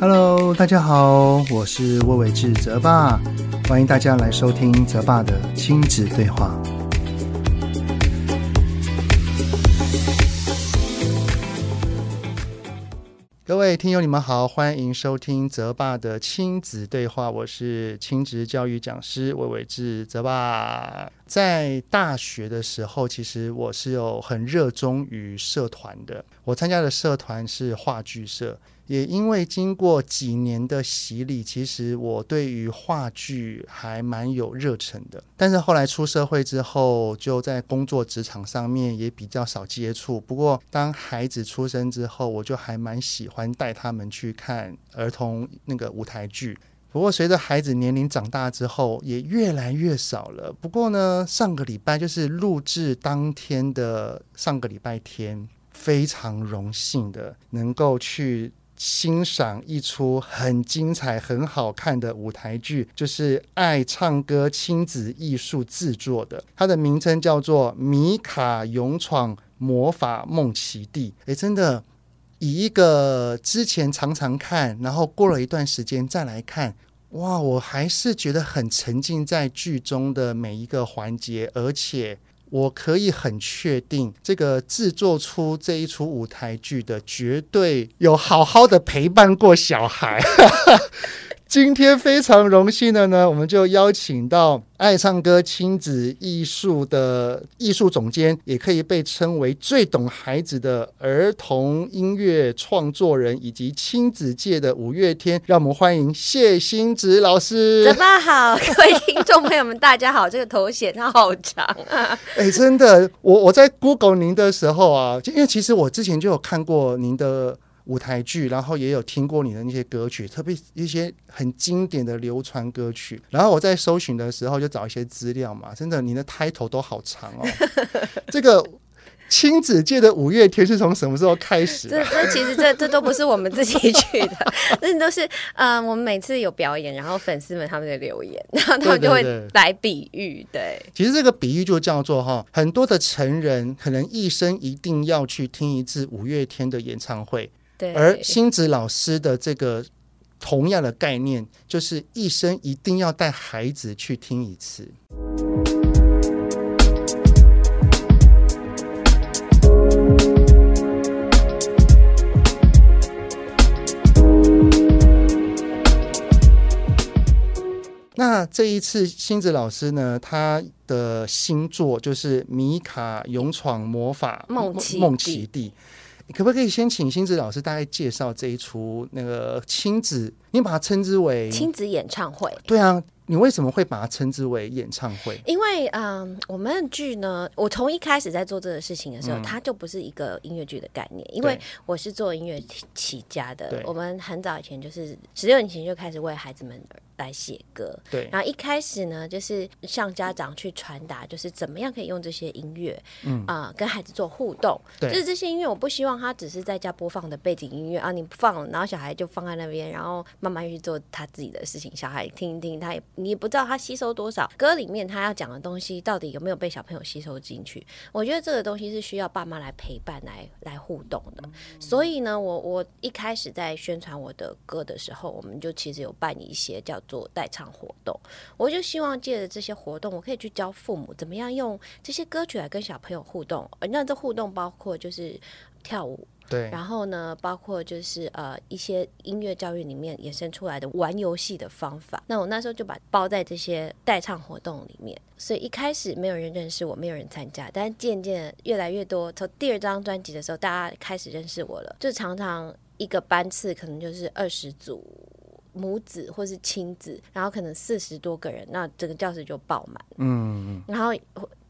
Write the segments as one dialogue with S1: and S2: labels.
S1: Hello，大家好，我是魏伟志泽爸，欢迎大家来收听泽爸的亲子对话。各位听友，你们好，欢迎收听泽爸的亲子对话，我是亲职教育讲师魏伟志泽爸。在大学的时候，其实我是有很热衷于社团的，我参加的社团是话剧社。也因为经过几年的洗礼，其实我对于话剧还蛮有热忱的。但是后来出社会之后，就在工作职场上面也比较少接触。不过当孩子出生之后，我就还蛮喜欢带他们去看儿童那个舞台剧。不过随着孩子年龄长大之后，也越来越少了。不过呢，上个礼拜就是录制当天的上个礼拜天，非常荣幸的能够去。欣赏一出很精彩、很好看的舞台剧，就是爱唱歌亲子艺术制作的，它的名称叫做《米卡勇闯魔法梦奇地》。诶，真的，以一个之前常常看，然后过了一段时间再来看，哇，我还是觉得很沉浸在剧中的每一个环节，而且我可以很确定，这个制作出这一出舞台剧的，绝对有好好的陪伴过小孩。 今天非常荣幸的呢，我们就邀请到爱唱歌亲子艺术的艺术总监，也可以被称为最懂孩子的儿童音乐创作人，以及亲子界的五月天。让我们欢迎谢欣植老师。
S2: 怎么好？各位听众朋友们，大家好！这个头衔它好 长啊，
S1: 哎、真的，我我在 Google 您的时候啊，就因为其实我之前就有看过您的舞台剧，然后也有听过你的那些歌曲，特别一些很经典的流传歌曲。然后我在搜寻的时候就找一些资料嘛，真的，您的 title 都好长哦。这个亲子界的五月天是从什么时候开始啊 的？
S2: 这这其实这这都不是我们自己取的，那都是嗯、呃我们每次有表演，然后粉丝们他们的留言，然后他们就
S1: 对对对
S2: 会来比喻，对
S1: 其实这个比喻就叫做哈，很多的成人可能一生一定要去听一次五月天的演唱会，
S2: 对
S1: 而星子老师的这个同样的概念，就是一生一定要带孩子去听一次。那这一次，星子老师呢，他的新作就是《米卡勇闯魔法
S2: 梦奇
S1: 梦
S2: 地
S1: 奇地》。可不可以先请星子老师大概介绍这一出那个亲子？你把它称之为
S2: 亲子演唱会。
S1: 对啊，你为什么会把它称之为演唱会？
S2: 因为嗯，我们的剧呢，我从一开始在做这个事情的时
S1: 嗯
S2: 候，它就不是一个音乐剧的概念，因为我是做音乐起起家
S1: 对
S2: 的。我们很早以前就是十六年前就开始为孩子们来写歌，
S1: 对
S2: 然后一开始呢，就是向家长去传达，就是怎么样可以用这些音乐，
S1: 嗯
S2: 啊、跟孩子做互动。就
S1: 对
S2: 是这些音乐，我不希望它只是在家播放的背景音乐啊，你放了，然后小孩就放在那边，然后慢慢去做他自己的事情。小孩听一听，他也你也不知道他吸收多少，歌里面他要讲的东西到底有没有被小朋友吸收进去。我觉得这个东西是需要爸妈来陪伴、来来互动的。所以呢，我我一开始在宣传我的歌的时候，我们就其实有办一些叫做代唱活动。我就希望借着这些活动，我可以去教父母怎么样用这些歌曲来跟小朋友互动。呃那这互动包括就是跳舞，
S1: 对
S2: 然后呢，包括就是呃一些音乐教育里面衍生出来的玩游戏的方法。那我那时候就把包在这些代唱活动里面，所以一开始没有人认识我，没有人参加，但是渐渐越来越多。从第二张专辑的时候，大家开始认识我了，就常常一个班次可能就是二十组。母子或是亲子，然后可能四十多个人，那整个教室就爆满。嗯，然后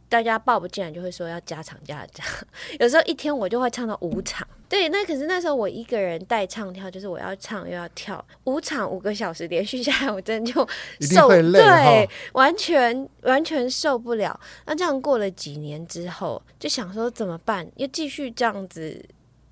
S2: 大家报不进来就会说要加场加场， 有时候一天我就会唱到五场。对，那可是那时候我一个人带唱跳，就是我要唱又要跳，五场五个小时连续下来，我真的就
S1: 一定
S2: 受
S1: 会累
S2: 对
S1: 哈，
S2: 完全完全受不了。那这样过了几年之后，就想说怎么办？又继续这样子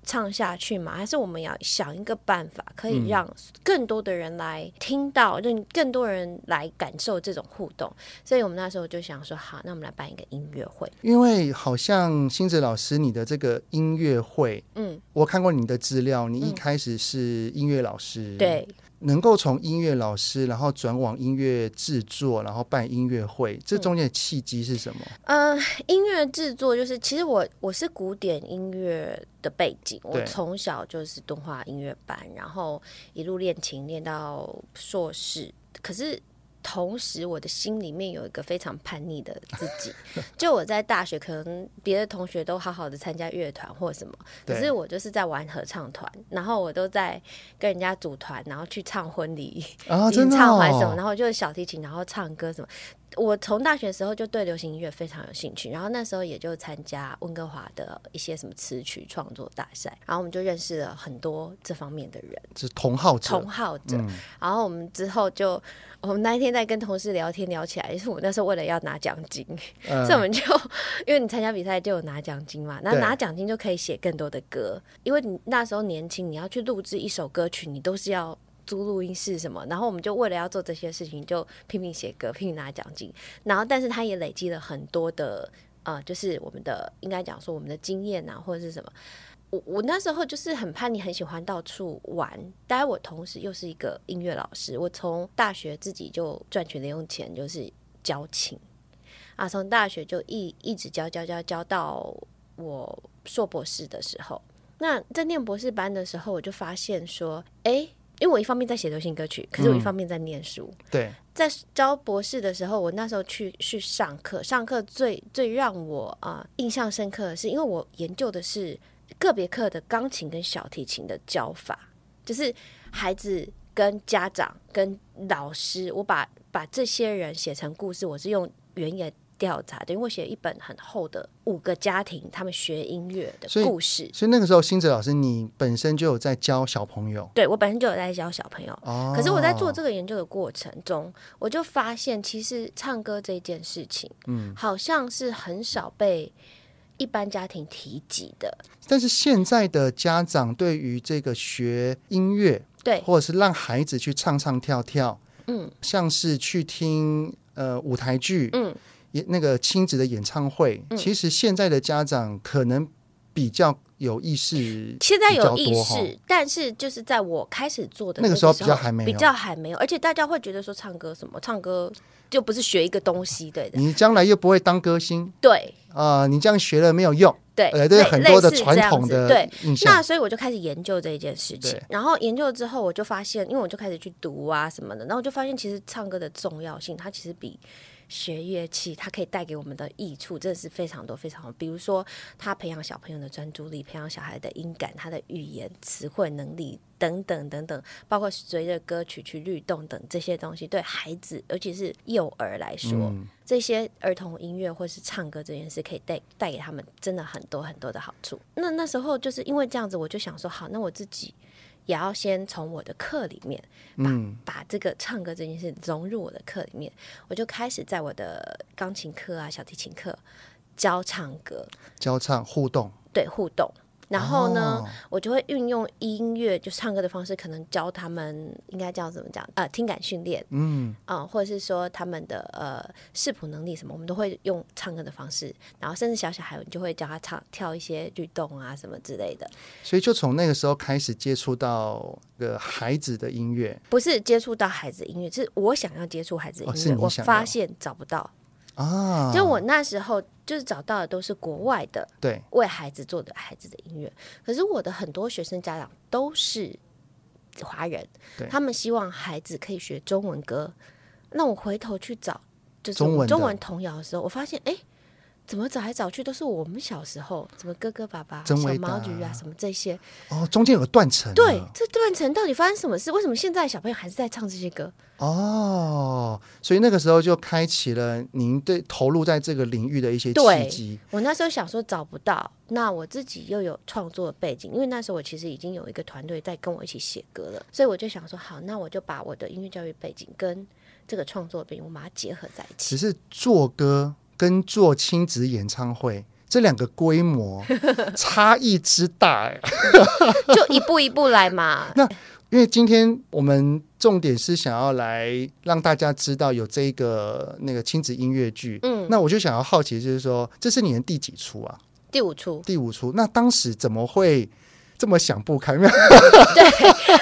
S2: 唱下去吗？还是我们要想一个办法，可
S1: 嗯
S2: 以让更多的人来听到，让更多人来感受这种互动？所以我们那时候就想说，好，那我们来办一个音乐会。
S1: 因为好像星哲老师，你的这个音乐会，
S2: 嗯，
S1: 我看过你的资料，你一开始是音乐老师，，
S2: 嗯对，
S1: 能够从音乐老师，然后转往音乐制作，然后办音乐会，这中间的契机是什么？
S2: 嗯，音乐制作就是，其实我我是古典音乐的背景，我
S1: 对
S2: 从小就是动画音乐班，然后一路练琴练到硕士。可是同时，我的心里面有一个非常叛逆的自 己，就我在大学可能别的同学都好好的参加乐团或什么，可
S1: 对
S2: 是我就是在玩合唱团，然后我都在跟人家组团，然后去唱婚礼。
S1: 啊，真
S2: 吟
S1: 的、
S2: 唱还是什么，
S1: 哦，
S2: 然后就是小提琴，然后唱歌什么。我从大学的时候就对流行音乐非常有兴趣，然后那时候也就参加温哥华的一些什么词曲创作大赛，然后我们就认识了很多这方面的人，
S1: 是同好者，
S2: 同好者。然后我们之后就，我们那一天在跟同事聊天聊起来，就是我那时候为了要拿奖金，
S1: 呃
S2: 所以我们就因为你参加比赛就有拿奖金嘛，那
S1: 对
S2: 拿奖金就可以写更多的歌，因为你那时候年轻，你要去录制一首歌曲，你都是要。租录音室什么，然后我们就为了要做这些事情，就拼命写歌，拼命拿奖金。然后，但是他也累积了很多的呃，就是我们的应该讲说我们的经验啊，或者是什么。我我那时候就是很叛逆，很喜欢到处玩。当然，我同时又是一个音乐老师，我从大学自己就赚取零用钱，就是教琴啊，从大学就一一直教教教教到我硕博士的时候。那在念博士班的时候，我就发现说，诶，因为我一方面在写流行歌曲，可是我一方面在念书，
S1: 对，
S2: 在教博士的时候，我那时候去去上课，上课最最让我啊、呃印象深刻的是，因为我研究的是个别课的钢琴跟小提琴的教法，就是孩子跟家长跟老师，我把把这些人写成故事，我是用原野调查的，因为我写一本很厚的五个家庭他们学音乐的
S1: 所以
S2: 故事。
S1: 所以那个时候星哲老师，你本身就有在教小朋友
S2: 对我本身就有在教小朋友，
S1: 哦，
S2: 可是我在做这个研究的过程中，我就发现，其实唱歌这件事情，嗯，好像是很少被一般家庭提及的。
S1: 但是现在的家长对于这个学音乐，
S2: 对，
S1: 或者是让孩子去唱唱跳跳，
S2: 嗯，
S1: 像是去听呃舞台剧，
S2: 嗯，
S1: 也那个亲子的演唱会，其实现在的家长可能比较有意识，
S2: 现在有
S1: 比
S2: 意
S1: 较多
S2: 识，但是就是在我开始做的
S1: 那个
S2: 时
S1: 时
S2: 候，
S1: 候比较还没有
S2: 比较还没有，而且大家会觉得说唱歌什么，唱歌就不是学一个东西，对的，
S1: 你将来又不会当歌星
S2: 对
S1: 啊、你这样学了没有用，
S2: 对，
S1: 呃，对
S2: 哎类
S1: 很多的
S2: 类似
S1: 传
S2: 这样
S1: 统
S2: 子对
S1: 的印
S2: 那
S1: 象，
S2: 所以我就开始研究这一件事情
S1: 对，
S2: 然后研究之后，我就发现，因为我就开始去读啊什么的，然后我就发现，其实唱歌的重要性，它其实比学乐器，它可以带给我们的益处，真的是非常多非常多。比如说，它培养小朋友的专注力，培养小孩的音感，他的语言、词汇能力等等等等，包括随着歌曲去律动等这些东西，对孩子，尤其是幼儿来说，
S1: 嗯
S2: 这些儿童音乐或是唱歌这件事，可以带带给他们真的很多很多的好处。那那时候就是因为这样子，我就想说，好，那我自己也要先从我的课里面把、把这个唱歌这件事融入我的课里面，我就开始在我的钢琴课啊、小提琴课教唱歌，
S1: 教唱互动，
S2: 对互动。然后呢，
S1: 哦
S2: 我就会运用音乐，就唱歌的方式，可能教他们应该叫怎么讲，呃，听感训练，
S1: 嗯，
S2: 啊、或者是说他们的呃视谱能力什么，我们都会用唱歌的方式，然后甚至小小孩，我们就会教他唱跳一些律动啊什么之类的，
S1: 所以就从那个时候开始接触到个孩子的音乐
S2: 不是接触到孩子音乐，是我想要接触孩子音
S1: 哦
S2: 乐，
S1: 是你
S2: 我
S1: 想
S2: 发
S1: 要
S2: 现找不到，
S1: 啊，
S2: 就我那时候就是找到的都是国外的
S1: 对
S2: 为孩子做的孩子的音乐。可是我的很多学生家长都是华人
S1: 对，
S2: 他们希望孩子可以学中文歌。那我回头去找，就是
S1: 中
S2: 我
S1: 文的
S2: 中文童谣的时候，我发现哎。诶怎么找来找去都是我们小时候，什么哥哥爸爸、小
S1: 真伟大
S2: 毛驴啊，什么这些。
S1: 哦，中间有个断层啊，
S2: 对，这段程到底发生什么事？为什么现在小朋友还是在唱这些歌？
S1: 哦，所以那个时候就开启了您对投入在这个领域的一些契
S2: 对
S1: 机。
S2: 我那时候想说找不到，那我自己又有创作的背景，因为那时候我其实已经有一个团队在跟我一起写歌了，所以我就想说，好，那我就把我的音乐教育背景跟这 个创作背景，我把它结合在一
S1: 只
S2: 起。
S1: 是做歌跟做亲子演唱会这两个规 模差异之大、哎，
S2: 就一步一步来嘛。
S1: 因为今天我们重点是想要来让大家知道有这一个那个亲子音乐剧，
S2: 嗯，
S1: 那我就想要好奇，就是说这是你的第几出啊？
S2: 第五 出，
S1: 第五出，那当时怎么会这么想不开？因为
S2: 对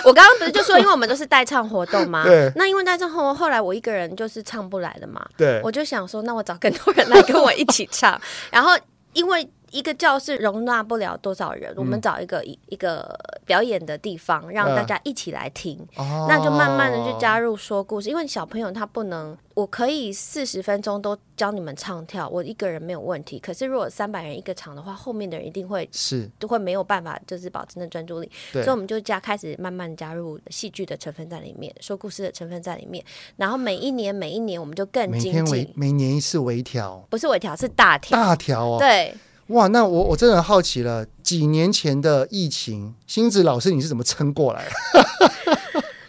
S2: 我刚刚不是就说，因为我们都是代唱活动嘛
S1: 对，
S2: 那因为代唱活动后来我一个人就是唱不来了嘛，
S1: 对，
S2: 我就想说，那我找更多人来跟我一起 唱，然后因为。一个教室容纳不了多少人，我
S1: 嗯
S2: 们找一个一一个表演的地方，让大家一起来听。
S1: 哦
S2: 那就慢慢的去加入说故事，因为小朋友他不能，我可以四十分钟都教你们唱跳，我一个人没有问题。可是如果三百人一个场的话，后面的人一定会
S1: 是
S2: 都会没有办法，就是保持那专注力。
S1: 对
S2: 所以我们就加开始慢慢加入戏剧的成分在里面，说故事的成分在里面。然后每一年每一年我们就更
S1: 每
S2: 精
S1: 天微
S2: 进，
S1: 每年一次微调，
S2: 不是微调是大调，
S1: 大调哦，
S2: 对。
S1: 哇，那我我真的很好奇了，几年前的疫情，星子老师你是怎么撑过来的？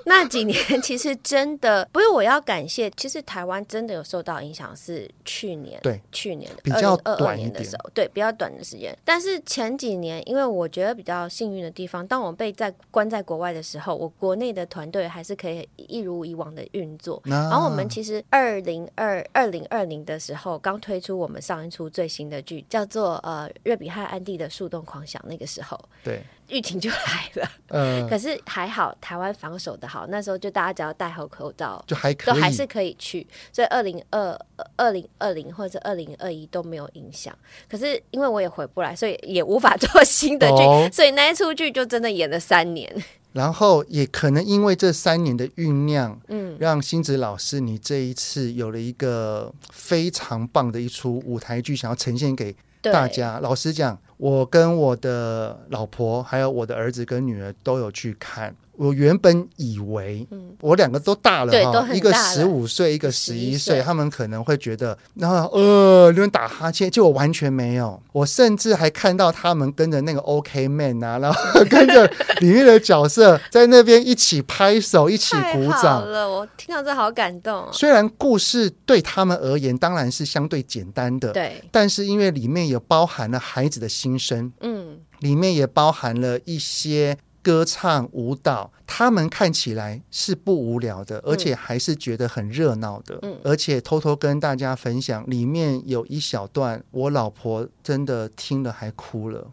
S2: 那几年其实真的不是我要感谢，其实台湾真的有受到影响，是去年
S1: 对
S2: 去年的
S1: 比较
S2: 二
S1: 短一
S2: 年的
S1: 点
S2: 时候，对比较短的时间。但是前几年，因为我觉得比较幸运的地方，当我被在关在国外的时候，我国内的团队还是可以一如以往的运作。
S1: 那
S2: 然后我们其实二零二二零二零的时候，刚推出我们上一出最新的剧，叫做呃瑞比和安迪的树洞狂想。那个时候
S1: 对，
S2: 疫情就来了，
S1: 呃，
S2: 可是还好，台湾防守的好，那时候就大家只要戴好口罩，
S1: 就还
S2: 都
S1: 可以，
S2: 还是可以去。所以二零二二零二零或者二零二一都没有影响。可是因为我也回不来，所以也无法做新的剧，
S1: 哦
S2: 所以那一出剧就真的演了三年。
S1: 然后也可能因为这三年的酝酿，
S2: 嗯，
S1: 让星子老师你这一次有了一个非常棒的一出舞台剧，想要呈现给
S2: 对，
S1: 大家。老实讲，我跟我的老婆，还有我的儿子跟女儿都有去看。我原本以为，我两个都大了
S2: 嗯对
S1: 哈，
S2: 都很
S1: 一个
S2: 大了
S1: 十五岁，一个十一
S2: 11岁
S1: 岁，他们可能会觉得，然后呃，有人打哈欠，就我完全没有。我甚至还看到他们跟着那个 OK Man 啊，然后跟着里面的角色在那边一起拍手，一起
S2: 太
S1: 鼓
S2: 好
S1: 掌。
S2: 了，我听到这好感动哦。
S1: 虽然故事对他们而言当然是相对简单的，
S2: 对，
S1: 但是因为里面也包含了孩子的心声，
S2: 嗯，
S1: 里面也包含了一些歌唱、舞蹈，他们看起来是不无聊的，而且还是觉得很热闹的。
S2: 嗯
S1: 而且偷偷跟大家分享，里面有一小段，我老婆真的听了还哭了。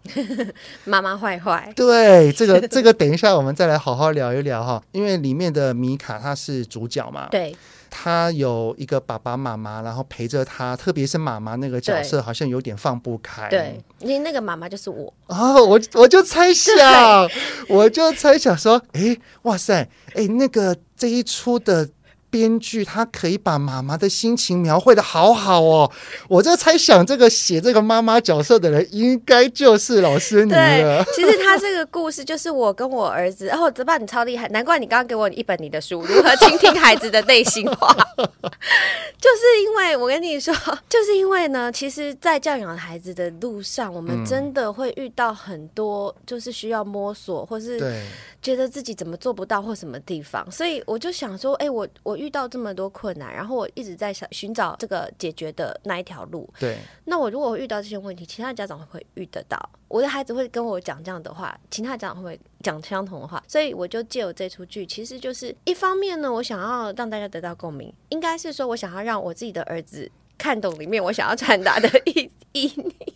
S2: 妈妈坏坏，
S1: 对，这 个这个，等一下我们再来好好聊一聊哈，因为里面的米卡她是主角嘛，
S2: 对
S1: 他有一个爸爸妈妈，然后陪着他，特别是妈妈那个角色，好像有点放不开。
S2: 对，因为那个妈妈就是我，
S1: 哦，我我就猜想，我就猜想说，诶，哇塞，诶，那个这一出的编剧，他可以把妈妈的心情描绘的好好哦。我就猜想，这个写这个妈妈角色的人，应该就是老师你
S2: 对
S1: 了。，
S2: 其实他这个故事就是我跟我儿子，哦，泽爸你超厉害，难怪你刚刚给我一本你的书，如何倾听孩子的内心话。 就是因为我跟你说，就是因为呢，其实，在教养孩子的路上，我们真的会遇到很多，就是需要摸索，或是
S1: 对，
S2: 觉得自己怎么做不到或什么地方，所以我就想说，哎、我我遇到这么多困难，然后我一直在想寻找这个解决的那一条路。
S1: 对，
S2: 那我如果遇到这些问题，其他的家长会不会遇得到？我的孩子会跟我讲这样的话，其他家长会不会讲相同的话？所以我就借由这出剧，其实就是一方面呢，我想要让大家得到共鸣，应该是说我想要让我自己的儿子看懂里面我想要传达的意意。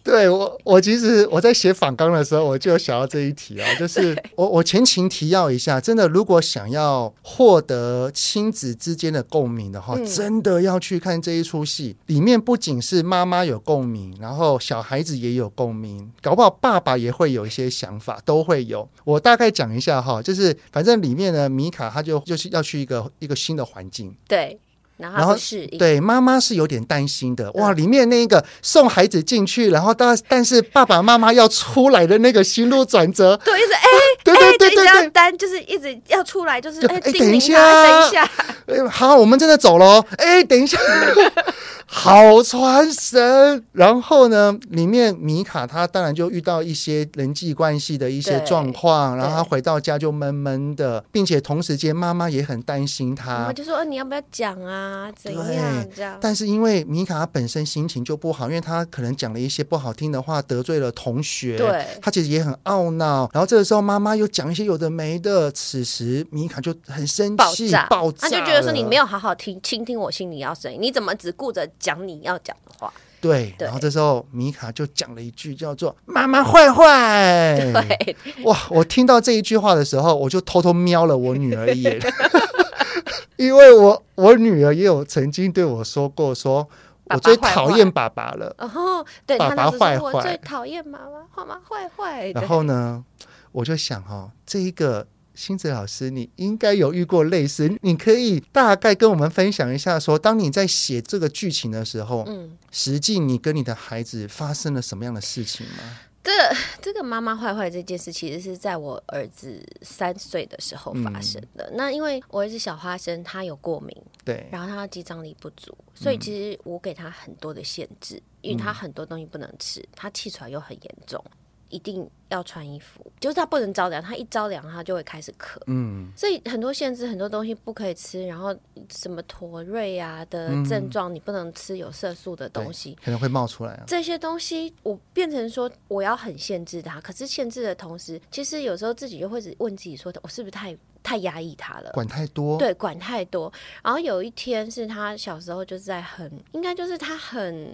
S1: 对我，我其实我在写访纲的时候，我就有想到这一题啊，就是我我前情提要一下，真的，如果想要获得亲子之间的共鸣的话，
S2: 嗯
S1: 真的要去看这一出戏。里面不仅是妈妈有共鸣，然后小孩子也有共鸣，搞不好爸爸也会有一些想法，都会有。我大概讲一下哈，就是反正里面呢，米卡他就就是要去一个一个新的环境，
S2: 对，然后
S1: 然
S2: 他
S1: 后
S2: 不适应，
S1: 对，妈妈是有点担心的。哇，里面那个送孩子进去，然后但但是爸爸妈妈要出来的那个心路转折，
S2: 对，一直哎
S1: 对对对
S2: 一直
S1: 对
S2: 要
S1: 对，
S2: 单，就是一直要出来，就是
S1: 就
S2: 哎，
S1: 哎
S2: 叮
S1: 等一
S2: 咛他
S1: 下
S2: 等一下，
S1: 哎好，我们真的走喽。哎，等一 下，好传神。然后呢，里面米卡她当然就遇到一些人际关系的一些
S2: 对
S1: 状况，然后她
S2: 对
S1: 回到家就闷闷的，并且同时间妈妈也很担心她。
S2: 哦我就说、呃你要不要讲啊？吗？怎
S1: 对
S2: 样这样？
S1: 但是因为米卡她本身心情就不好，因为她可能讲了一些不好听的话，得罪了同学，
S2: 对
S1: 她其实也很懊恼。然后这个时候妈妈又讲一些有的没的，此时米卡就很生
S2: 爆
S1: 气，
S2: 炸，
S1: 爆炸
S2: 他
S1: 了，
S2: 就觉得说你没有好好听倾听我心里要声音，你怎么只顾着讲你要讲的话？
S1: 对。
S2: 对
S1: 然后这时候米卡就讲了一句叫做“妈妈坏坏”，
S2: 对，
S1: 哇！我听到这一句话的时候，我就偷偷瞄了我女儿一 眼，因为我我女儿也有曾经对我说过说。
S2: 爸
S1: 我
S2: 爸
S1: 最
S2: 坏
S1: 讨
S2: 坏
S1: 厌爸爸了，
S2: 然后对
S1: 爸
S2: 他
S1: 爸
S2: 那时候
S1: 坏嗯
S2: 说
S1: 坏
S2: 我最讨厌妈妈，妈妈坏坏
S1: 然
S2: 的。
S1: 后呢，我就想哦，这一个星子老师，你应该有遇过类似，你可以大概跟我们分享一下说，当你在写这个剧情的时候，
S2: 嗯，
S1: 实际你跟你的孩子发生了什么样的事情吗？
S2: 这个这个妈妈坏坏这件事，其实是在我儿子三岁的时候发生的。
S1: 嗯
S2: 那因为我儿子小花生他有过敏，
S1: 对，
S2: 然后他肌张力不足，
S1: 嗯
S2: 所以其实我给他很多的限制，因为他很多东西不能吃，他气喘又很严重，一定要穿衣服，就是他不能着凉，他一着凉他就会开始咳。
S1: 嗯，
S2: 所以很多限制，很多东西不可以吃，然后什么妥瑞啊的症状，你不能吃有色素的东西。嗯
S1: 可能会冒出来啊。
S2: 这些东西，我变成说我要很限制他，可是限制的同时，其实有时候自己就会问自己说，我是不是太太压抑他了？
S1: 管太多，
S2: 对，管太多。然后有一天是他小时候就是在很，应该就是他很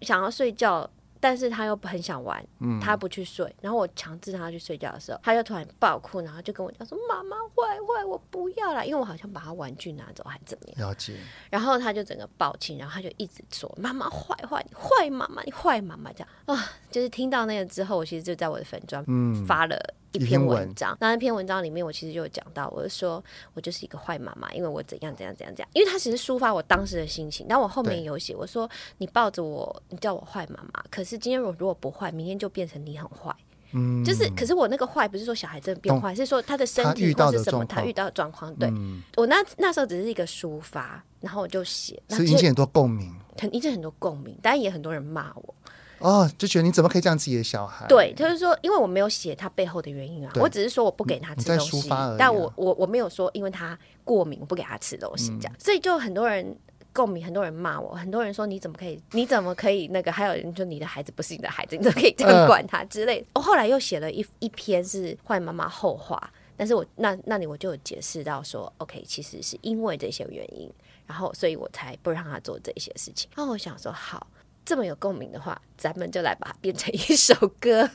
S2: 想要睡觉，但是他又很想玩，他不去睡。然后我强制他去睡觉的时候，他就突然爆哭，然后就跟我讲说：“妈妈坏坏，我不要啦！”因为我好像把他玩具拿走还怎么样。
S1: 了解，
S2: 然后他就整个暴气，然后他就一直说：“妈妈坏坏，你坏妈妈，你坏妈妈！”这样啊、就是听到那个之后，我其实就在我的粉砖
S1: 嗯，
S2: 发了
S1: 一
S2: 一
S1: 篇
S2: 篇
S1: 文
S2: 文章。那那篇文章里面，我其实就有讲到，我就说我就是一个坏妈妈，因为我怎样怎样怎样怎样。因为他只是抒发我当时的心情，但我后面
S1: 对
S2: 有写，我说你抱着我，你叫我坏妈妈，可是今天我如果不坏，明天就变成你很坏。
S1: 嗯，
S2: 就是，可是我那个坏不是说小孩真的变坏，是说他的身
S1: 他遇
S2: 体
S1: 到
S2: 或
S1: 的
S2: 是什么
S1: 状
S2: 他
S1: 况
S2: 遇到的状况。对、
S1: 嗯
S2: 我那那时候只是一个抒发，然后我就写，那
S1: 是引起很多共鸣
S2: 很引起很多共鸣，但也很多人骂我。
S1: 哦，就觉得你怎么可以这样自己的小孩？
S2: 对，就是说，因为我没有写他背后的原因啊，
S1: 对
S2: 我只是说我不给他
S1: 你
S2: 吃
S1: 在
S2: 东
S1: 抒
S2: 西，
S1: 发而已啊
S2: 但我我我没有说因为他过敏我不给他吃东西
S1: 嗯
S2: 这样，所以就很多人。共鸣，很多人骂我，很多人说你怎么可以，你怎么可以那个？还有人说你的孩子不是你的孩子，你怎么可以这
S1: 嗯
S2: 样管他之类的。我后来又写了一一篇是坏妈妈后话，但是我那那里我就有解释到说，OK，其 实是因为这些原因，然后所以我才不让他做这些事情。然后我想说，好，这么有共鸣的话，咱们就来把它变成一首歌。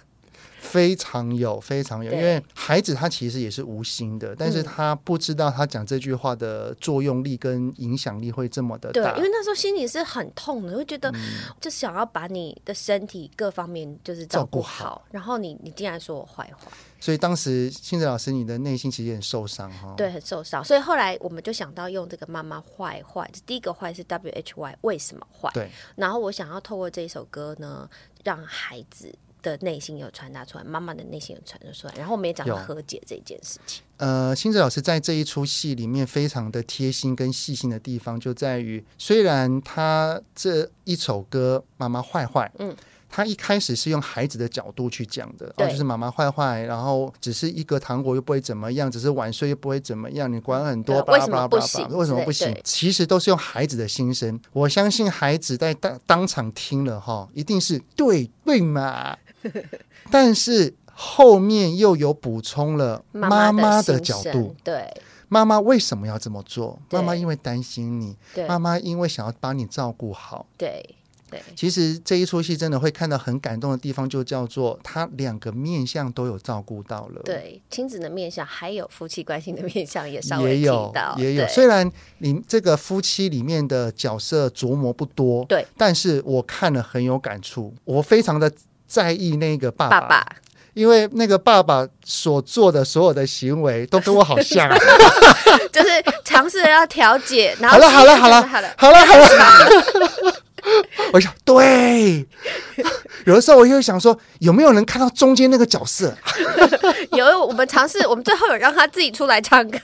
S1: 非常有，非常有，因
S2: 对嗯
S1: 为孩子他其实也是无心的，但是他不知道他讲这句话的作用力跟影响力会这么的
S2: 对啊嗯
S1: 大，，
S2: 因为那时候心里是很痛的，会觉得就想要把你的身体各方面就是照顾好，
S1: 照
S2: 然后你你竟然说我坏话，
S1: 所以当时幸哲老师你的内心其实也很受伤哈、哦。，
S2: 对，很受伤。所以后来我们就想到用这个妈妈坏坏，第一个坏是 W H Y，为什么坏？
S1: 对
S2: 然后我想要透过这一首歌呢，让孩子。的内心有传达出来，妈妈的内心有传达出来，然后我们也讲到
S1: 有
S2: 和解这件事情。
S1: 呃，幸哲老师在这一出戏里面非常的贴心跟细心的地方就在于，虽然他这一首歌《妈妈坏坏》，嗯。他一开始是用孩子的角度去讲的，哦，
S2: 对
S1: 就是妈妈坏坏，然后只是一个糖果又不会怎么样，只是晚睡又不会怎么样，你管很多，
S2: 对
S1: 巴拉
S2: 为什么
S1: 巴拉
S2: 不
S1: 巴拉巴
S2: 行
S1: 拉，为什么
S2: 之类
S1: 不行
S2: 对？
S1: 其实都是用孩子的心声。我相信孩子在当当场听了哈，一定是对对嘛，但是后面又有补充了妈妈的
S2: 的
S1: 角
S2: 心声
S1: 度，，
S2: 对
S1: 妈妈为什么要这么做？
S2: 对
S1: 妈妈因为担心你，
S2: 对
S1: 妈妈因为想要把你照顾好。
S2: 对对，
S1: 其实这一出戏真的会看到很感动的地方，就叫做他两个面相都有照顾到了。。
S2: 对亲子的面相，还有夫妻关系的面相也稍微
S1: 也
S2: 提
S1: 有
S2: 到，
S1: 也有，
S2: 对
S1: 虽然你这个夫妻里面的角色琢磨不多，
S2: 对，
S1: 但是我看了很有感触，我非常的在意那个爸
S2: 爸爸，
S1: 因为那个爸爸所做的所有的行为都跟我好像、啊。
S2: 就是尝试着要 调解，然
S1: 好
S2: 后
S1: 了好了好了
S2: 好了，
S1: 好了好了，我想对，有的时候我又想说，有没有人看到中间那个角色？
S2: 有我们尝试，我们最后有让他自己出来唱歌，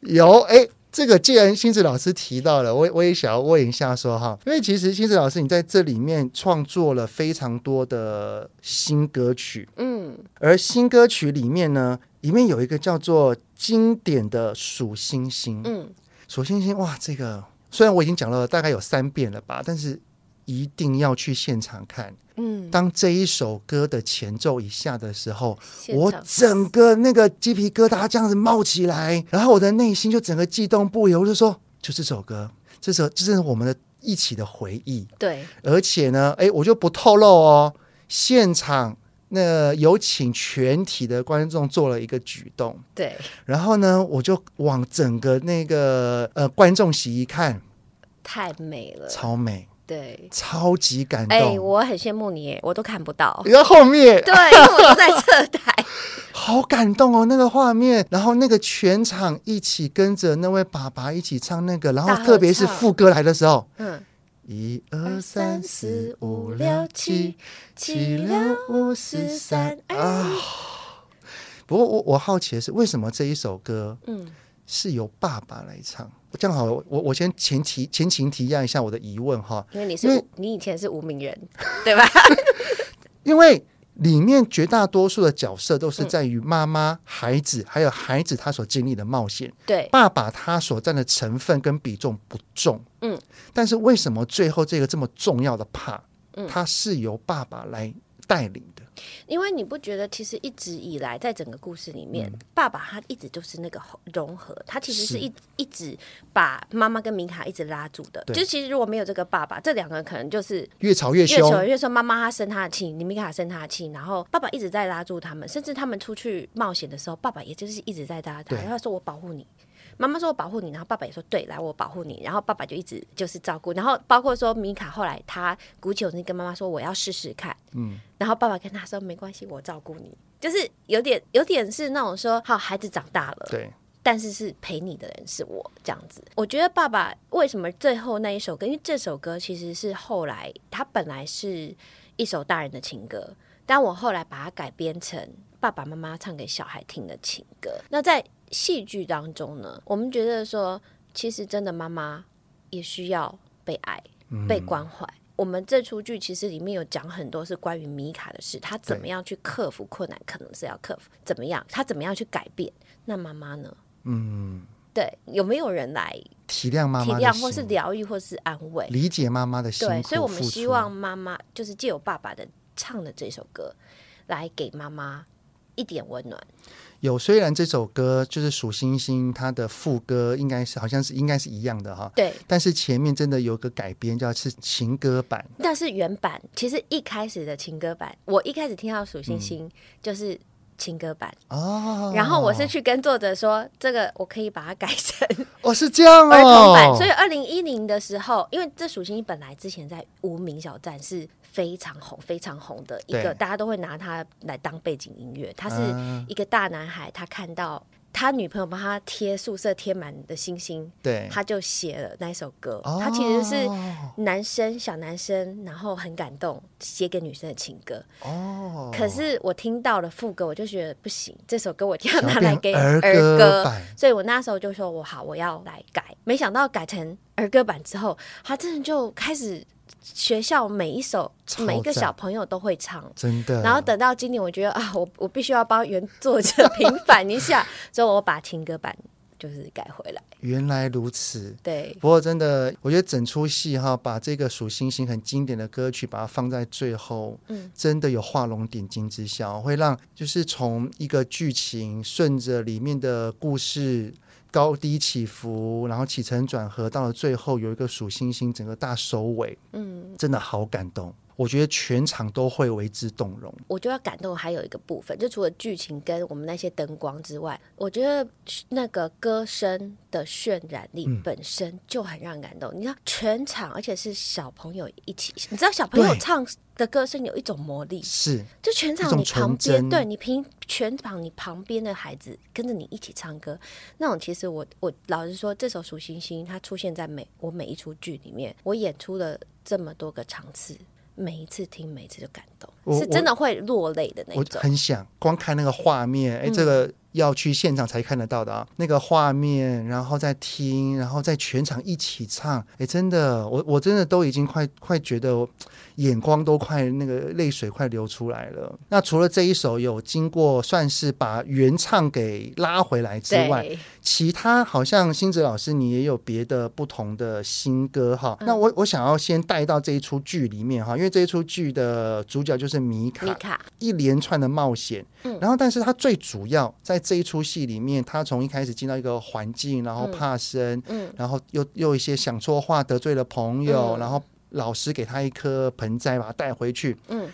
S1: 有哎。这个既然星子老师提到了，我我也想要问一下说哈，因为其实星子老师你在这里面创作了非常多的新歌曲，
S2: 嗯，
S1: 而新歌曲里面呢，里面有一个叫做经典的数星星，
S2: 嗯，
S1: 数星星哇，这个虽然我已经讲了大概有三遍了吧，但是一定要去现场看。
S2: 嗯，
S1: 当这一首歌的前奏一下的时候，
S2: 现
S1: 我
S2: 场
S1: 整个那个鸡皮疙瘩这样子冒起来，然后我的内心就整个悸动不已，我就说，就是这首歌，这首这是我们的一起的回忆，
S2: 对
S1: 而且呢，哎，我就不透露哦，现场。那有请全体的观众做了一个举动，
S2: 对，
S1: 然后呢，我就往整个那个呃观众席一看，
S2: 太美了，
S1: 超美，
S2: 对。
S1: 超级感
S2: 哎、
S1: 动。
S2: 我很羡慕你耶，我都看不
S1: 。
S2: 到
S1: 然后后面
S2: 对，因为我都在侧台。
S1: 好感动哦，那个画面，然后那个全场一起跟着那位爸爸一起唱那个，然后
S2: 大合
S1: 特别是
S2: 唱
S1: 副歌来的时候，
S2: 嗯，
S1: 一二三四五六七七六五四三啊。
S2: 哎
S1: 不过我我好奇的是，为什么这一首歌
S2: 嗯，
S1: 是由爸爸来唱？这样好了，我我我先前提前情提要一下我的疑问哈，
S2: 因为你是
S1: 因为
S2: 无你以前是无名人， 对吧？
S1: 因为里面绝大多数的角色都
S2: 嗯
S1: 是在于妈妈、孩子，还有孩子他所经历的冒险。
S2: 对，
S1: 爸爸他所占的成分跟比重不重，
S2: 嗯，
S1: 但是为什么最后这个这么重要的 part，
S2: 嗯
S1: 它是由爸爸来带领的？
S2: 因为你不觉得其实一直以来在整个故事里面，爸爸他一直都是那个融合，他其实
S1: 嗯是
S2: 是一一直把妈妈跟米卡一直拉住的。
S1: 对
S2: 就其实如果没有这个爸爸，这两个人可能就是
S1: 越吵越
S2: 越
S1: 凶，
S2: 说越说，妈妈她生她的气，米卡生她的气，然后爸爸一直在拉住他们，甚至他们出去冒险的时候，爸爸也就是一直在拉他，
S1: 对
S2: 然后说我保护你。妈妈说：“我保护你。”然后爸爸也说：“对，来，我保护你。”然后爸爸就一直就是照顾，然后包括说米卡后来他鼓起勇气跟妈妈说：“我要试试看。”
S1: 嗯，
S2: 然后爸爸跟他说：“没关系，我照顾你。”就是有点有点是那种说：“好，孩子长大了，
S1: 对，
S2: 但是是陪你的人是我这样子。我觉得爸爸为什么最后那一首歌，因为这首歌其实是后来它本来是一首大人的情歌，但我后来把它改编成爸爸妈妈唱给小孩听的情歌。那在戏剧当中呢，我们觉得说，其实真的妈妈也需要被爱、被关怀。我们这出剧其实里面有讲很多是关于米卡的事，她怎么样去克服困难，可能是要克服怎么样，她怎么样去改变。那妈妈呢？
S1: 嗯，
S2: 对，有没有人来
S1: 体谅妈
S2: 体
S1: 妈的
S2: 谅，或是
S1: 心，
S2: 疗愈，或是安慰？
S1: 理解妈妈的辛苦
S2: 对，所以我们
S1: 付
S2: 希
S1: 出
S2: 望妈妈就是借由爸爸的唱的这首歌，来给妈妈一点温暖。
S1: 有，虽然这首歌就是数星星，它的副歌应该是好像是应该是一样的哈，
S2: 对，
S1: 但是前面真的有个改编叫是情歌版，
S2: 但是原版其实一开始的情歌版，我一开始听到数星星、就是情歌版，
S1: 嗯哦，
S2: 然后我是去跟作者说，这个我可以把它改成
S1: 哦是这样哦，
S2: 儿童版。所以二零一零的时候，因为这数星星本来之前在无名小站是非常红、非常红的一
S1: 对
S2: 个，大家都会拿它来当背景音乐。它是
S1: 啊
S2: 一个大男孩，他看到他女朋友帮他贴宿舍贴满的星星，
S1: 对，
S2: 他就写了那首歌。
S1: 哦
S2: 他其实是男生小男生，然后很感动，写给女生的情歌。
S1: 哦，
S2: 可是我听到了副歌，我就觉得不行，这首歌我一定要
S1: 想
S2: 拿
S1: 要
S2: 来
S1: 变
S2: 给
S1: 儿
S2: 儿
S1: 歌
S2: 歌
S1: 版，
S2: 所以我那时候就说我好，我要来改。没想到改成儿歌版之后，他真的就开始学校每一首
S1: 超
S2: 每一个
S1: 赞嗯
S2: 小朋友都会唱。
S1: 真的，
S2: 然后等到今年，我觉得 啊，我我必须要帮原作者 平反 一下，所以我把情歌版就是改回来。
S1: 原来如此。
S2: 对，
S1: 不过真的，我觉得整出戏哈，把这个数星星很经典的歌曲，把它放在最后，
S2: 嗯，
S1: 真的有画龙点睛之效，会让就是从一个剧情顺着里面的故事高低起伏，然后起承转合，到了最后有一个数星星整个大收尾，
S2: 嗯，
S1: 真的好感动。我觉得全场都会为之动容。
S2: 我就要感动，还有一个部分，就除了剧情跟我们那些灯光之外，我觉得那个歌声的渲染力本身就很让人感动。你知道，全场而且是小朋友一起，你知道小朋友
S1: 对
S2: 唱的歌声有一种魔力，
S1: 是，
S2: 就全
S1: 一
S2: 场
S1: 种
S2: 你
S1: 纯
S2: 旁
S1: 真
S2: 边，对你平全场你旁边的孩子跟着你一起唱歌，那种其实我我老实说，这首《数星星》它出现在每我每一出剧里面，我演出了这么多个场次，每一次听每一次就感
S1: 我
S2: 动，是真的会落泪的那
S1: 我
S2: 种。嗯
S1: 很想光看那个画面，哎，这个要去现场才看得到的啊，那个画面，然后再听，然后在全场一起唱，哎，真的，我我真的都已经快快觉得眼光都快那个泪水快流出来了。那除了这一首有经过算是把原唱给拉回来之外，
S2: 对，
S1: 其他好像星哲老师你也有别的不同的新歌哈。
S2: 嗯
S1: 那我我想要先带到这一出剧里面哈，因为这一出剧的主角就是米卡，
S2: 米卡，
S1: 一连串的冒险，
S2: 嗯
S1: 然后但是他最主要在这一出戏里面，他从一开始进到一个环境，然后怕生，
S2: 嗯
S1: 然后又又一些想错话得罪了朋友，
S2: 嗯
S1: 然后老师给他一颗盆栽把他带回去，
S2: 嗯，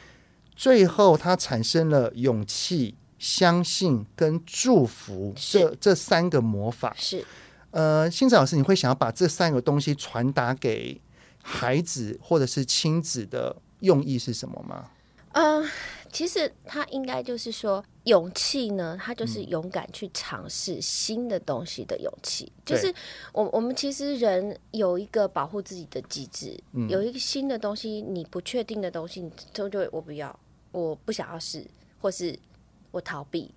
S1: 最后他产生了勇气、相信跟祝福
S2: 是
S1: 这这三个魔法。
S2: 是
S1: 呃，星子老师，你会想要把这三个东西传达给孩子或者是亲子的用意是什么吗？
S2: 嗯，其实他应该就是说，勇气呢，他就是勇敢去尝试新的东西的勇气。就
S1: 对
S2: 是我我们其实人有一个保护自己的机制，有一个新的东西，你不确定的东西，你就就会我不要，我不想要试，或是我逃避。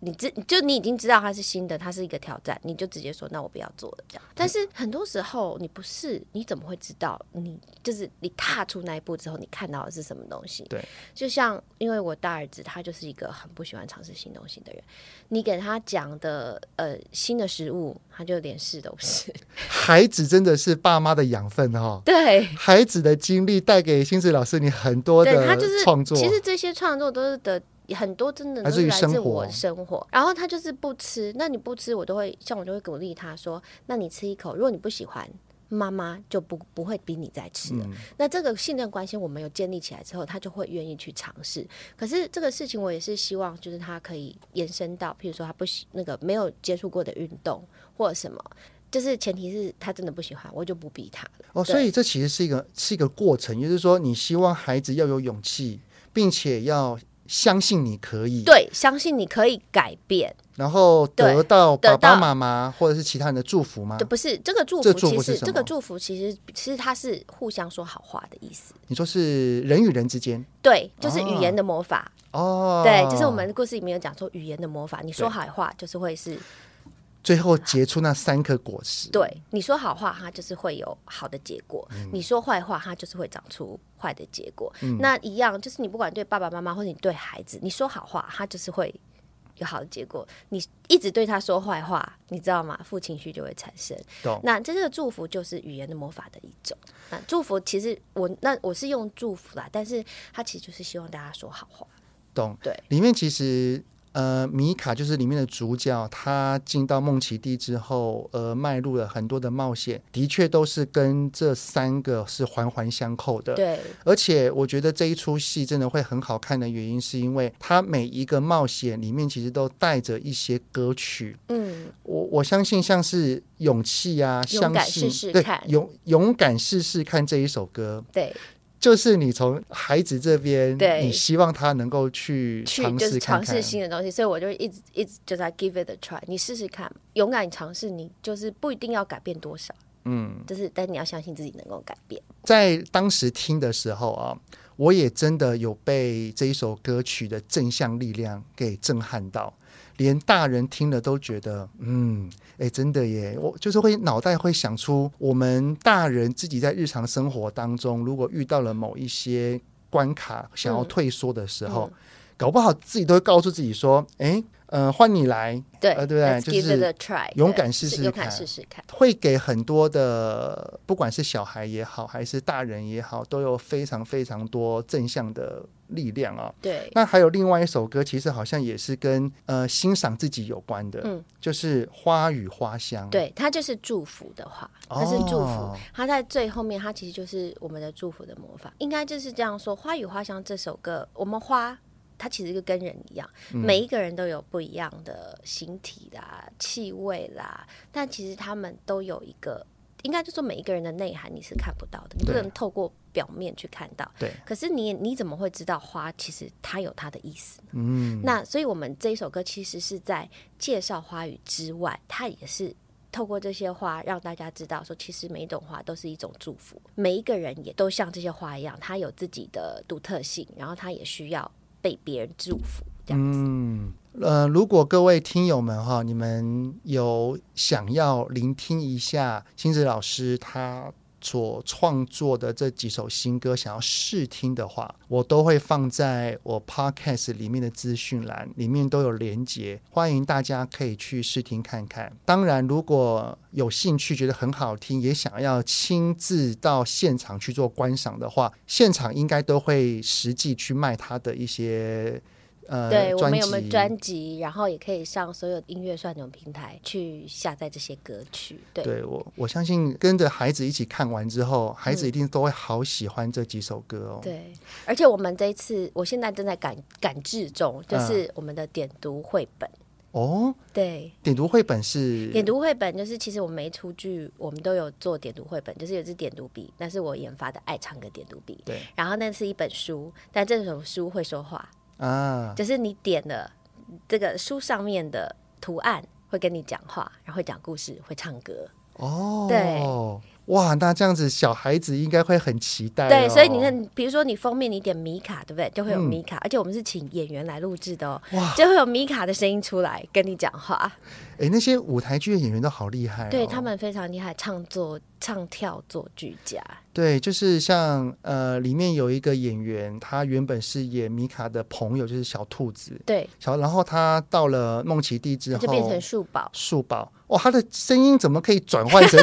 S2: 你知就你已经知道它是新的，它是一个挑战，你就直接说那我不要做了这样。但是很多时候你不是，你怎么会知道？你就是你踏出那一步之后，你看到的是什么东西？
S1: 对，
S2: 就像因为我大儿子他就是一个很不喜欢尝试新东西的人，你给他讲的呃新的食物，他就连试都 不是。
S1: 孩子真的是爸妈的养分哈、
S2: 对，
S1: 孩子的经历带给星子老师你很多
S2: 对他
S1: 的
S2: 就是
S1: 创作，
S2: 其实这些创作都是得很多真的
S1: 来
S2: 都
S1: 自于
S2: 是来自
S1: 生活
S2: 我的生活，然后他就是不吃，那你不吃，我都会像我就会鼓励他说，那你吃一口，如果你不喜欢。妈妈就不不会逼你再吃了。
S1: 嗯
S2: 那这个信任关系我们有建立起来之后，他就会愿意去尝试。可是这个事情我也是希望，就是他可以延伸到，譬如说他不喜那个没有接触过的运动或者什么，就是前提是他真的不喜欢，我就不逼他了。
S1: 哦，
S2: 对
S1: 所以这其实是一个是一个过程，也就是说，你希望孩子要有勇气，并且要相信你可以，
S2: 对，相信你可以改变。
S1: 然后得
S2: 对
S1: 到爸
S2: 得
S1: 爸
S2: 到
S1: 妈妈或者是其他人的祝福吗
S2: 对，？不是这个祝
S1: 这
S2: 福，
S1: 祝福
S2: 其
S1: 是
S2: 实
S1: 什
S2: 这个
S1: 么
S2: 祝福其实其实它是互相说好话的意思。
S1: 你说是人与人之间
S2: 对，就是语
S1: 哦
S2: 言的魔法。
S1: 哦，
S2: 对，就是我们故事里面有讲说语言的魔法，你说好话就是会是
S1: 最后结出那三颗果实，
S2: 对，你说好话它就是会有好的结果，你说坏话它就是会长出坏的结果。那一样就是你不管对爸爸妈妈或者你对孩子，你说好话它就是会。有好的结果，你一直对他说坏话，你知道吗？负情绪就会产生。
S1: 懂
S2: 那这个祝福就是语言的魔法的一种。那祝福其实我那我是用祝福啦，但是他其实就是希望大家说好话。
S1: 懂。
S2: 对，
S1: 里面其实呃，米卡就是里面的主角，他进到梦奇地之后，呃，迈入了很多的冒险，的确都是跟这三个是环环相扣的。
S2: 对，
S1: 而且我觉得这一出戏真的会很好看的原因，是因为它每一个冒险里面其实都带着一些歌曲。
S2: 嗯，
S1: 我我相信像是勇气啊，
S2: 勇
S1: 相
S2: 敢
S1: 信
S2: 试试
S1: 对
S2: 看
S1: 勇勇敢试试看这一首歌，
S2: 对，
S1: 就是你从孩子这边，
S2: 对
S1: 你希望他能够去
S2: 去
S1: 尝
S2: 就是
S1: 试看
S2: 尝
S1: 看
S2: 试。新的东西，所以我就一直一直就在 give it a try，你试试看，勇敢尝试，你就是不一定要改变多少，嗯，就是但你要相信自己能够改变。
S1: 在当时听的时候啊，我也真的有被这一首歌曲的正向力量给震撼到，连大人听了都觉得，嗯，哎，真的耶！我就是会脑袋会想出我们大人自己在日常生活当中，如果遇到了某一些关卡想
S2: 嗯
S1: 要退缩的时候，搞不好自己都会告诉自己说，哎，呃，换你来，
S2: 对，
S1: 呃对不对
S2: let's
S1: 就
S2: give it
S1: 是
S2: a try，
S1: 勇
S2: 对
S1: 敢试
S2: 是
S1: 试
S2: 勇敢
S1: 看
S2: 试试看。
S1: 会给很多的，不管是小孩也好，还是大人也好，都有非常非常多正向的力量啊、
S2: 对，
S1: 那还有另外一首歌，其实好像也是跟呃欣赏自己有关的，
S2: 嗯，
S1: 就是《花与花香》。，啊
S2: 对，它就是祝福的话，它是祝福
S1: 哦。
S2: 它在最后面，它其实就是我们的祝福的魔法，应该就是这样说。《花与花香》这首歌，我们花。它其实就跟人一样，
S1: 嗯
S2: 每一个人都有不一样的形体啦、气味啦，但其实他们都有一个，应该就说每一个人的内涵你是看不到的，你不
S1: 对
S2: 能透过表面去看到。
S1: 对，
S2: 可是你你怎么会知道花其实它有它的意思呢？
S1: 嗯，
S2: 那所以我们这一首歌其实是在介绍花语之外，它也是透过这些花让大家知道说，其实每一种花都是一种祝福，每一个人也都像这些花一样，它有自己的独特性，然后它也需要被别人祝福。这样子，
S1: 呃，如果各位听友们哈，你们有想要聆听一下星子老师他所创作的这几首新歌想要试听的话，我都会放在我 podcast 里面的资讯栏，里面都有连接，欢迎大家可以去试听看看。当然，如果有兴趣觉得很好听，也想要亲自到现场去做观赏的话，现场应该都会实际去卖它的一些。呃，
S2: 对我
S1: 专
S2: 们有没有
S1: 辑
S2: 专辑，然后也可以上所有音乐串流平台去下载这些歌曲。对，
S1: 对我，我相信跟着孩子一起看完之后，孩子一定都会好喜欢这几首歌哦。
S2: 嗯对，而且我们这一次，我现在正在赶赶制中，
S1: 嗯
S2: 就是我们的点读绘本。
S1: 哦，
S2: 对，
S1: 点读绘本是
S2: 点读绘本就是其实我们每一出剧，我们都有做点读绘本，就是有一支点读笔，那是我研发的爱唱歌点读笔。
S1: 对
S2: 然后那是一本书，但这本书会说话，
S1: 啊，
S2: 就是你点了这个书上面的图案会跟你讲话，然后会讲故事，会唱歌。
S1: 哦，
S2: 对
S1: 哇，那这样子小孩子应该会很期待、哦。
S2: 对，所以你看，比如说你封面你点米卡，对不对？就会
S1: 嗯
S2: 有米卡，而且我们是请演员来录制的哦，就会有米卡的声音出来跟你讲话。
S1: 哎，那些舞台剧的演员都好厉害、哦，
S2: 对他们非常厉害，唱作、唱跳作俱佳。
S1: 对，就是像呃，里面有一个演员，他原本是演米卡的朋友，就是小兔子，
S2: 对，
S1: 小，然后他到了梦奇地之
S2: 他
S1: 后，，
S2: 就变成树宝
S1: 树宝，哇，他的声音怎么可以转换 成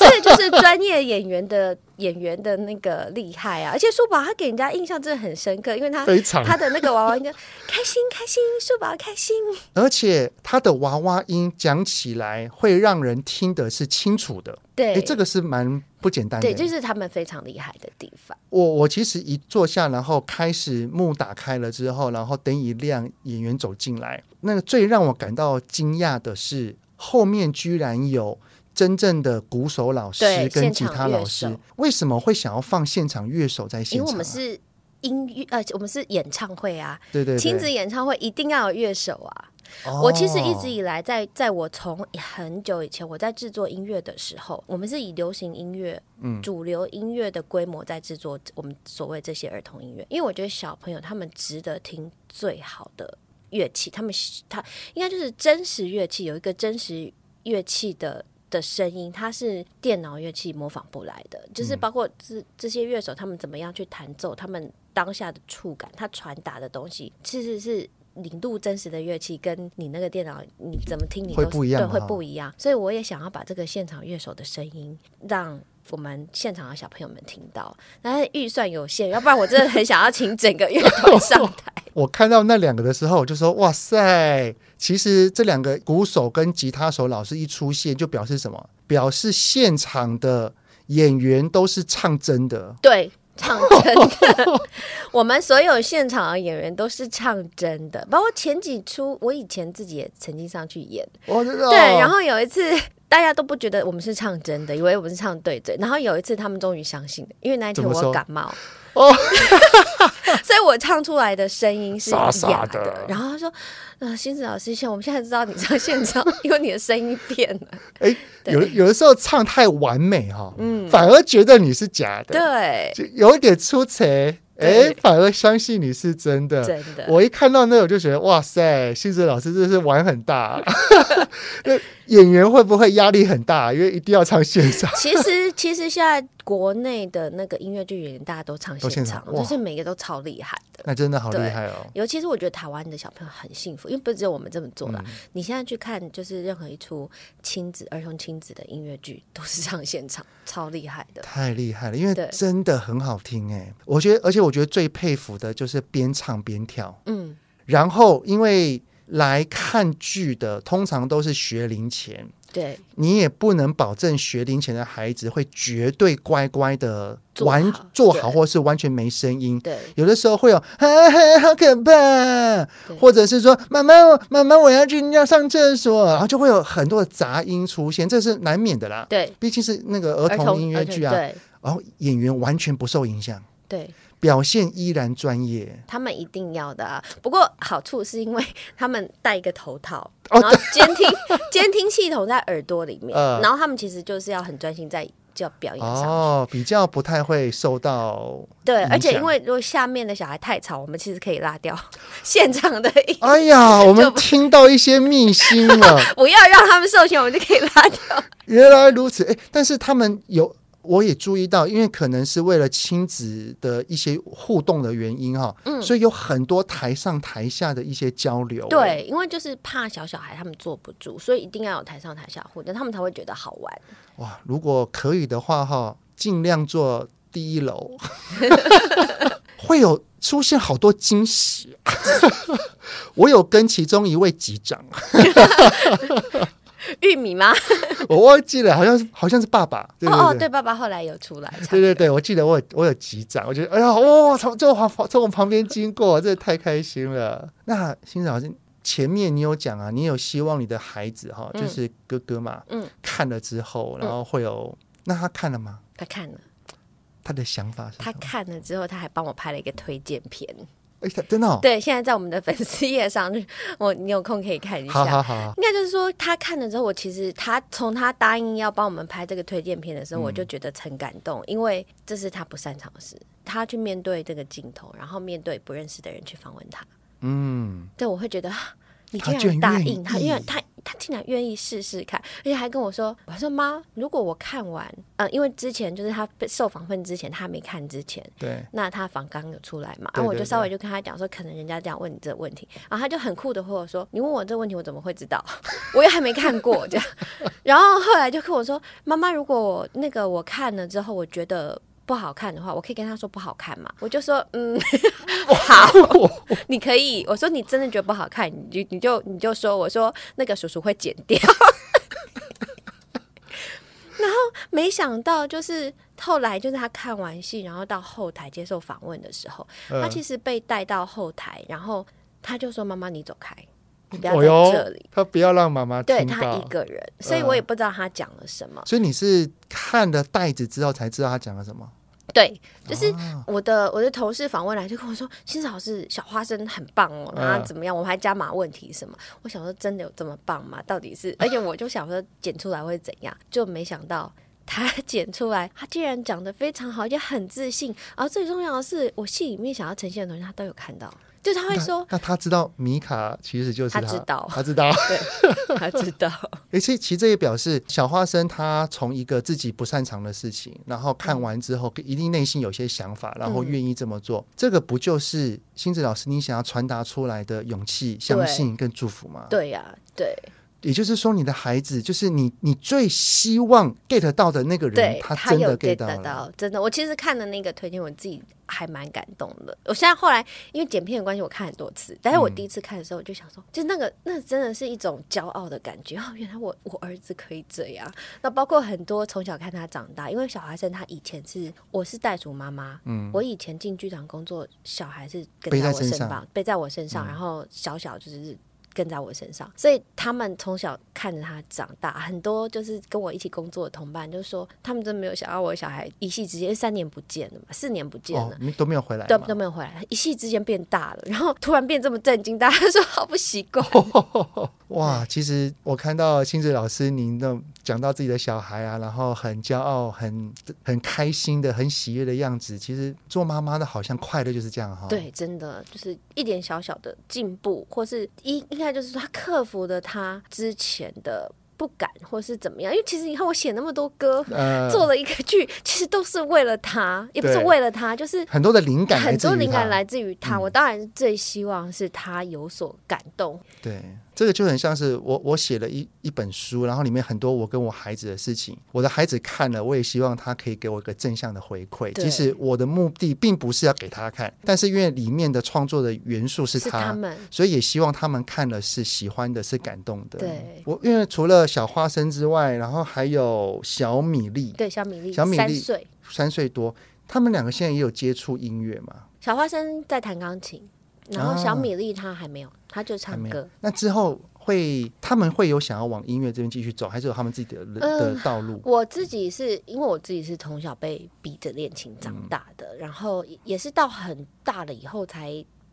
S2: 这个就是专业演员的演员的那个厉害啊！而且树宝他给人家印象真的很深刻，因为他
S1: 非常
S2: 他的那个娃娃音就开心开心，树宝开心，
S1: 而且它的娃娃音讲起来会让人听得是清楚的，
S2: 对
S1: 诶，这个是蛮不简单的。
S2: 对，这是他们非常厉害的地方。
S1: 我我其实一坐下，然后开始幕打开了之后，然后灯一亮，演员走进来，那个最让我感到惊讶的是，后面居然有。真正的鼓手老师
S2: 对
S1: 跟
S2: 现
S1: 吉
S2: 场
S1: 他老师
S2: 乐手
S1: 为什么会想要放现场乐手在现场啊、
S2: 因为我们是音乐，呃，我们是演唱会啊，
S1: 对对对
S2: 亲子演唱会一定要有乐手啊。
S1: 哦
S2: 我其实一直以来在，在我从很久以前我在制作音乐的时候，我们是以流行音乐、主流音乐的规模在制作我们所谓这些儿童音乐，因为我觉得小朋友他们值得听最好的乐器，他们他应该就是真实乐器，有一个真实乐器的。的声音，它是电脑乐器模仿不来的，就是
S1: 嗯
S2: 包括这这些乐手他们怎么样去弹奏，他们当下的触感，他传达的东西，其实是领度真实的乐器，跟你那个电脑你怎么听你
S1: 会
S2: 都是
S1: 不一样
S2: 对，
S1: 哈
S2: 会不一样。所以我也想要把这个现场乐手的声音让。我们现场的小朋友们听到，但是预算有限，要不然我真的很想要请整个乐团上台。
S1: 我看到那两个的时候，我就说哇塞，其实这两个鼓手跟吉他手老师一出现，就表示什么？表示现场的演员都是唱真的。
S2: 对，唱真的。我们所有现场的演员都是唱真的，包括前几出，我以前自己也曾经上去演。
S1: 我知道。
S2: 对，然后有一次。大家都不觉得我们是唱真的，以为我们是唱对嘴。然后有一次，他们终于相信了，因为那一天
S1: 怎么
S2: 我
S1: 说
S2: 感冒，
S1: 哦，
S2: 所以我唱出来的声音是
S1: 沙沙
S2: 哑
S1: 的
S2: 然后他说：“呃，星子老师，现我们现在知道你上现场，因为你的声音变了。
S1: 哎，
S2: 对
S1: 有有的时候唱太完美哈、嗯，反而觉得你是假”的，
S2: 对，
S1: 就有一点出彩。哎
S2: 对，
S1: 反而相信你是真的。
S2: 真的
S1: 我一看到那，我就觉得哇塞，星哲老师真的是玩很大、 啊。那演员会不会压力很大？因为一定要唱现场。
S2: 其实其实现在国内的那个音乐剧演员大家都唱
S1: 都现
S2: 现
S1: 场
S2: 场，
S1: 哇
S2: 就是每个都超厉害的。
S1: 那真的好厉
S2: 对
S1: 害哦！
S2: 尤其是我觉得台湾的小朋友很幸福，因为不只有我们这么做
S1: 嗯
S2: 了。你现在去看，就是任何一出亲子、儿童亲子的音乐剧，都是上现场，超厉害的。
S1: 太厉害了，因为
S2: 对
S1: 真的很好听哎！我觉得，而且我觉得最佩服的就是边唱边跳。
S2: 嗯，
S1: 然后，因为来看剧的通常都是学龄前，
S2: 对，
S1: 你也不能保证学龄前的孩子会绝对乖乖的
S2: 做
S1: 完
S2: 好
S1: 做好，
S2: 对
S1: 或是完全没声音。
S2: 对，
S1: 有的时候会有，哈哈，好可怕，啊或者是说，妈妈，妈妈，我要去尿上厕所，然后就会有很多的杂音出现，这是难免的啦。
S2: 对，
S1: 毕竟是那个儿童音乐剧啊，
S2: 对
S1: 然后演员完全不受影响，
S2: 对，
S1: 表现依然专业。
S2: 他们一定要的啊。不过好处是因为他们戴一个头套，
S1: 哦
S2: 然后监听监听系统在耳朵里 面，
S1: 呃
S2: 然后他们其实就是要很专心在就要表演上。
S1: 哦，比较不太会受 到。
S2: 对，
S1: 影
S2: 而且
S1: 响
S2: 因为如果下面的小孩太吵，我们其实可以拉掉 现场的音，
S1: 哎呀，我们听到一些秘辛了，
S2: 不要让他们受限，我们就可以拉掉。
S1: 原来如此。哎，但是他们有我也注意到，因为可能是为了亲子的一些互动的原因哈，
S2: 嗯
S1: 所以有很多台上台下的一些交流。，
S2: 对，因为就是怕小小孩他们坐不住，所以一定要有台上台下互动，他们才会觉得好玩。
S1: 哇，如果可以的话哈，尽量做第一 楼，会有出现好多惊喜。我有跟其中一位级长，
S2: 玉米吗？
S1: 我忘记了，好像是好像是爸爸，对对
S2: 哦哦，
S1: 对
S2: 对，爸爸后来有出来唱
S1: 对对对，我记得我有我有几掌，我觉得哎呀，哇、从从我旁从我旁边经过，真的太开心了。那欣赏老师，前面你有讲啊，你有希望你的孩子哈，
S2: 嗯
S1: 就是哥哥嘛，
S2: 嗯，
S1: 看了之后，然后会有、那他看了吗？
S2: 他看了，
S1: 他的想法是什
S2: 他
S1: 么？
S2: 看了之后，他还帮我拍了一个推荐片。
S1: 哎，他真的、哦，
S2: 对，现在在我们的粉丝页上，我你有空可以看一下。
S1: 好好好，
S2: 应该就是说，他看了之后，我其实他从他答应要帮我们拍这个推荐片的
S1: 嗯
S2: 时候，我就觉得很感动，因为这是他不擅长的事，他去面对这个镜头，然后面对不认识的人去访问他，
S1: 嗯，
S2: 对我会觉得啊你
S1: 他
S2: 竟
S1: 居然
S2: 然答
S1: 愿
S2: 应他，
S1: 意
S2: 因为他他竟然愿意试试看，而且还跟我说，我说妈，如果我看完，呃，因为之前就是他被受访问之前，他还没看之前，
S1: 对，
S2: 那他访刚有出来嘛，啊
S1: 对
S2: 然后我就
S1: 对
S2: 稍微
S1: 对
S2: 就跟他讲说，可能人家这样问你这个问题，然后他就很酷的回我说，你问我这个问题，我怎么会知道？ 我也还没看过这样。 然后后来就跟我说，妈妈，如果我那个我看了之后，我觉得。不好看的话，我可以跟他说不好看嘛？我就说，嗯，好，你可以。我说你真的觉得不好看，你就你就你就说，我说那个叔叔会剪掉。 没想到就是后来就是他看完戏，然后到后台接受访问的时候，
S1: 嗯
S2: 他其实被带到后台，然后他就说：“妈妈，你走开，你不要
S1: 哦
S2: 在
S1: 哟
S2: 这里。
S1: 他不要让妈妈
S2: 对
S1: 听
S2: 他
S1: 到嗯
S2: 一。个人，所以我也不知道他讲了什么。
S1: 所以你是看了袋子之后才知道他讲了什么，
S2: 对，就是
S1: 啊
S2: 我的我的同事访问来就跟我说，欣赏老师小花生很棒哦，
S1: 嗯
S2: 然后怎么样？我们还加码问题什么？我想说真的有这么棒吗？到底 是？而且我就想说剪出来会怎样？就没想到。他剪出来，他竟然讲的非常好，而且很自信。然后最重要的是，我戏里面想要呈现的东西，他都有看到。就他会说，
S1: 那，那他知道米卡其实就是
S2: 他知道
S1: 他知道。
S2: 他知道，
S1: 而且其实这也表示小花生他从一个自己不擅长的事情，然后看完之
S2: 嗯
S1: 后一定内心有些想法，然后愿意这么做，这个不就是星子老师你想要传达出来的勇气、相信跟祝福吗？，
S2: 对呀、对
S1: 也就是说你的孩子就是你你最希望 get 到的那个人
S2: 对，，他
S1: 真
S2: 有
S1: 的
S2: get
S1: 到
S2: 得
S1: 了。
S2: 到，真的。我其实看了那个推荐，我自己还蛮感动的。我现在后来因为剪片的关系，我看很多次，但是我
S1: 嗯
S2: 第一次看的时候，我就想说，就那个那真的是一种骄傲的感觉。 哦，原来我我儿子可以这样。那包括很多从小看他长大，因为小华生他以前是我是袋鼠妈妈，嗯，我以前进剧场工作，小孩是跟
S1: 背
S2: 在
S1: 在
S2: 我
S1: 身
S2: 身
S1: 上嗯
S2: 旁，背在我身上，然后小小就是跟在我身上，所以他们从小看着他长大，很多就是跟我一起工作的同伴就说，他们真没有想到我小孩一夕之间三年不见了嘛，四年不见
S1: 哦
S2: 了。，
S1: 你都没有回来
S2: 都
S1: 嘛
S2: 都没有回来，一夕之间变大了，然后突然变这么震惊，大家说 好不习惯。
S1: 哦哇！其实我看到星子老师您的讲到自己的小孩啊，然后很骄傲、很很开心的、很喜悦的样子，其实做妈妈的好像快乐就是这样哈、，
S2: 对，真的就是一点小小的进步，或是应应该就是说他克服了他之前的不敢，或是怎么样。因为其实你看我写那么多歌，
S1: 呃，
S2: 做了一个剧，其实都是为了他，也不是
S1: 对
S2: 为了他，就是
S1: 很多的灵感，
S2: 很多灵感。来自于
S1: 嗯
S2: 他。我当然最希望是他有所感动。
S1: 对，这个就很像是我我写了一一本书，然后里面很多我跟我孩子的事情，我的孩子看了，我也希望他可以给我一个正向的回馈。
S2: 对
S1: 其实我的目的并不是要给他看，但是因为里面的创作的元素是
S2: 是他们
S1: 所以也希望他们看了是喜欢的，是感动的。
S2: 对
S1: 我因为除了小花生之外，然后还有小米粒，
S2: 对小米粒
S1: 小米
S2: 三
S1: 粒
S2: 岁，
S1: 三岁多，他们两个现在也有接触音乐嘛，
S2: 小花生在弹钢琴，然后
S1: 啊
S2: 小米粒他还没有，他就
S1: 还
S2: 唱
S1: 没有
S2: 歌。。
S1: 那之后会他们会有想要往音乐这边继续走，还是有他们自己的、
S2: 呃
S1: 的道路？
S2: 我自己是因为我自己是从小被逼着练琴长大
S1: 嗯
S2: 的，然后也是到很大了以后才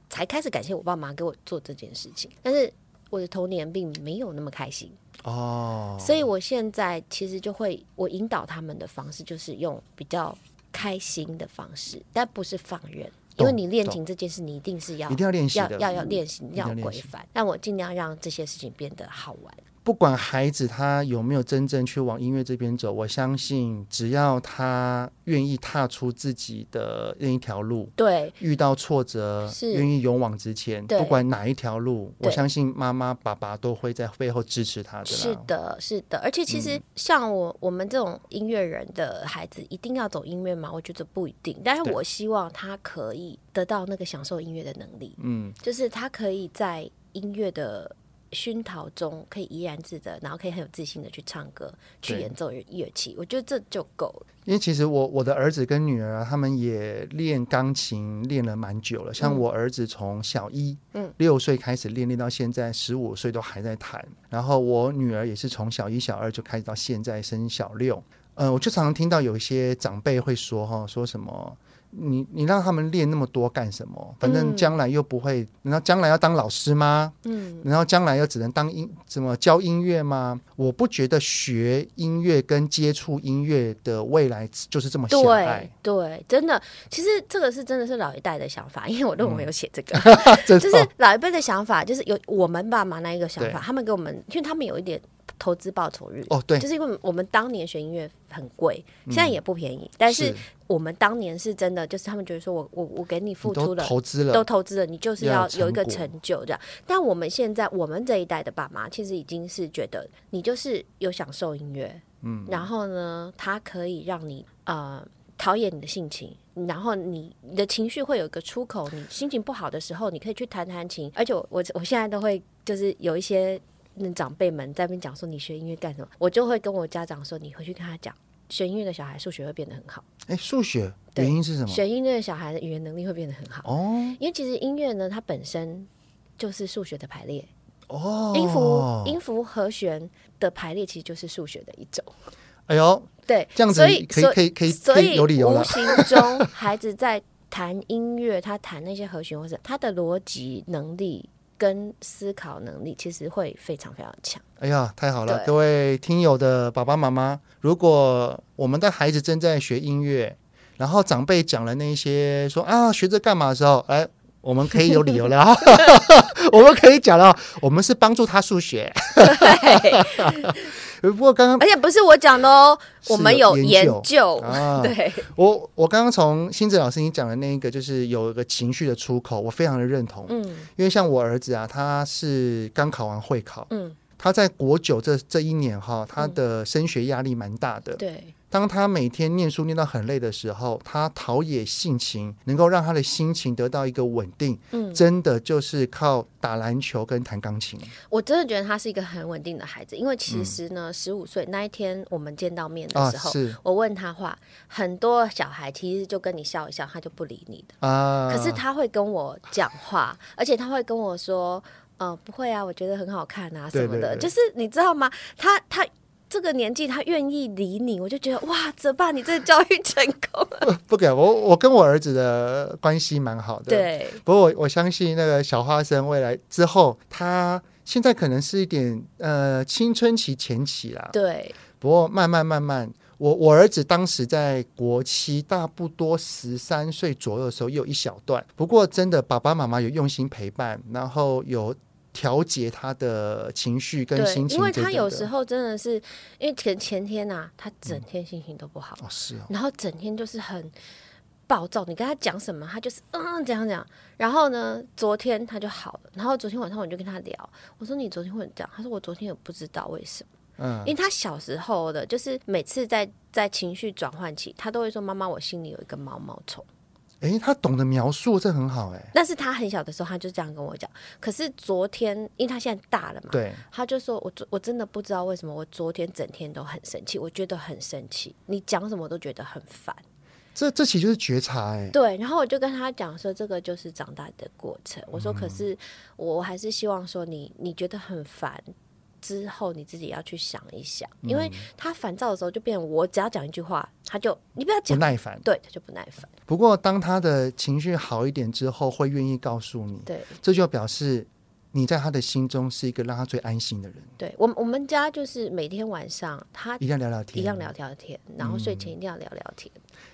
S2: 才开始感谢我爸妈给我做这件事情，但是我的童年并没有那么开心。
S1: 哦，
S2: 所以我现在其实就会，我引导他们的方式就是用比较开心的方式，但不是放任，因为
S1: 懂
S2: 你练琴这件事，你一定是要
S1: 一定要练习
S2: 要
S1: 的，
S2: 要要练习，
S1: 定要
S2: 要
S1: 练
S2: 规
S1: 习
S2: 范。但我尽量让这些事情变得好玩。
S1: 不管孩子他有没有真正去往音乐这边走，我相信只要他愿意踏出自己的另一条路，
S2: 对，
S1: 遇到挫折，
S2: 是
S1: 愿意勇往直前，
S2: 对
S1: 不管哪一条路，
S2: 对
S1: 我相信妈妈、爸爸都会在背后支持他的啦。
S2: 是的，是的，而且其实像我、我们这种音乐人的孩子，一定要走音乐吗？我觉得不一定，但是
S1: 对
S2: 我希望他可以得到那个享受音乐的能力，
S1: 嗯，
S2: 就是他可以在音乐的熏陶中可以怡然自得，然后可以很有自信的去唱歌、去
S1: 对
S2: 演奏乐器，我觉得这就够了。
S1: 因为其实我我的儿子跟女儿啊，他们也练钢琴练了蛮久了。像我儿子从小一，
S2: 嗯，
S1: 六岁开始练，练到现在十五岁都还在弹。然后我女儿也是从小一、小二就开始到现在升小六。嗯、我就常常听到有一些长辈会说哈，说什么。你你让他们练那么多干什么？反正将来又不会，难道将来要当老师吗？
S2: 嗯，
S1: 然后将来又只能当音怎么教音乐吗？我不觉得学音乐跟接触音乐的未来就是这么狭隘
S2: 对，对，真的，其实这个是真的是老一代的想法，因为我论文有写这个。
S1: 真
S2: 就
S1: 的
S2: 是老一辈的想法，就是有我们爸妈那一个想法，
S1: 哦对
S2: 他们给我们，因为他们有一点投资报酬率，
S1: 哦，对，嗯
S2: 就是因为我们当年学音乐很贵，现在也不便宜，但是我们当年是真的，就是他们觉得说我我我给你付
S1: 你
S2: 出
S1: 都
S2: 了。
S1: 投资
S2: 都
S1: 了，
S2: 投资了，你就是
S1: 要
S2: 要
S1: 有成
S2: 有一个
S1: 果
S2: 成就这样。但我们现在，我们这一代的爸妈其实已经是觉得你就是有享受音乐，嗯，然后呢，它可以让你呃陶冶你的性情，然后你你的情绪会有一个出口。你心情不好的时候，你可以去弹弹琴。而且我我我现在都会就是有一些那长辈们在那边讲说你学音乐干什么，我就会跟我家长说，你回去跟他讲，学音乐的小孩数学会变得很好，
S1: 哎，数学
S2: 对
S1: 原因是什么？
S2: 学音乐的小孩的语言能力会变得很好。
S1: 哦
S2: 因为其实音乐呢，它本身就是数学的排列，
S1: 哦，
S2: 音符、音符和弦的排列其实就是数学的一种。
S1: 哎呦，
S2: 对，
S1: 这样子
S2: 所以
S1: 可以
S2: 所以
S1: 可以可以
S2: 所
S1: 可
S2: 以
S1: 以有理由
S2: 无
S1: 了，
S2: 形中孩子在弹音乐，他弹那些和弦或者他的逻辑能力。跟思考能力其实会非常非常强，
S1: 哎呀，太好了！
S2: 对
S1: 各位听友的爸爸妈妈，如果我们的孩子正在学音乐，然后长辈讲了那一些说啊学这干嘛的时候，哎，我们可以有理由 了，我们可以讲了，我们是帮助他数学。
S2: 对，
S1: 不过刚
S2: 而且不是我讲的哦，
S1: 是
S2: 我们
S1: 有
S2: 研
S1: 研
S2: 究
S1: 刚，啊，
S2: 对，
S1: 我我刚刚从新哲老师你讲的那一个，就是有一个情绪的出口，我非常的认同，
S2: 嗯
S1: 因为像我儿子啊，他是刚考完会考，
S2: 嗯，
S1: 他在国九这这一年哈，他的升学压力蛮大的。
S2: 对，
S1: 当他每天念书念到很累的时候，他陶冶性情，能够让他的心情得到一个稳定，
S2: 嗯，
S1: 真的就是靠打篮球跟弹钢琴。
S2: 我真的觉得他是一个很稳定的孩子，因为其实呢，十五岁那一天我们见到面的
S1: 嗯啊，
S2: 嗯时候，
S1: 是
S2: 我问他话，很多小孩其实就跟你笑一笑，他就不理你的。
S1: 啊，
S2: 可是他会跟我讲话，而且他会跟我说：“呃，不会啊，我觉得很好看啊什
S1: 对
S2: 么的。
S1: 对对
S2: 就是你知道吗？他他。这个年纪，他愿意理你，我就觉得哇，泽爸，你这教育成功 了。
S1: 不给我，我跟我儿子的关系蛮好的。，
S2: 对，
S1: 不过我我相信那个小花生未来之后，他现在可能是一点呃青春期前期啦，
S2: 对，
S1: 不过慢慢慢慢，我我儿子当时在国七，大不多十三岁左右的时候，也有一小段。不过真的，爸爸妈妈有用心陪伴，然后有调节他的情绪跟
S2: 对，
S1: 心情
S2: 因为
S1: 这
S2: 他
S1: 种
S2: 有
S1: 的
S2: 时候真的是，因为前前天呐、啊，他
S1: 嗯
S2: 整天心情都不好。
S1: 哦是哦，
S2: 然后整天就是很暴躁，你跟他讲什么，他就是嗯怎样怎样。然后呢，昨天他就好了，然后昨天晚上我就跟他聊，我说你昨天会这样，他说我昨天也不知道为什么，
S1: 嗯
S2: 因为他小时候的，就是每次在在情绪转换期，他都会说妈妈，我心里有一个毛毛虫。
S1: 诶，他懂得描述，这很好诶。
S2: 但是他很小的时候，他就这样跟我讲。可是昨天，因为他现在大了嘛，
S1: 对，
S2: 他就说我昨我真的不知道为什么我昨天整天都很生气，我觉得很生气，你讲什么我都觉得很烦。
S1: 这这其实就是觉察诶。
S2: 对，然后我就跟他讲说，这个就是长大的过程。我说，
S1: 嗯
S2: 可是我还是希望说你，你觉得很烦之后，你自己要去想一想，因
S1: 嗯
S2: 为他烦躁的时候，就变成我只要讲一句话，他就你不要
S1: 不
S2: 讲，
S1: 耐烦，
S2: 对，他就不耐烦。
S1: 不过当他的情绪好一点之后，会愿意告诉你，
S2: 对，
S1: 这就表示你在他的心中是一个让他最安心的人。
S2: 对我们我们家就是每天晚上他
S1: 一定要聊聊天，嗯
S2: 一样聊聊天，然后睡前一定要聊聊天。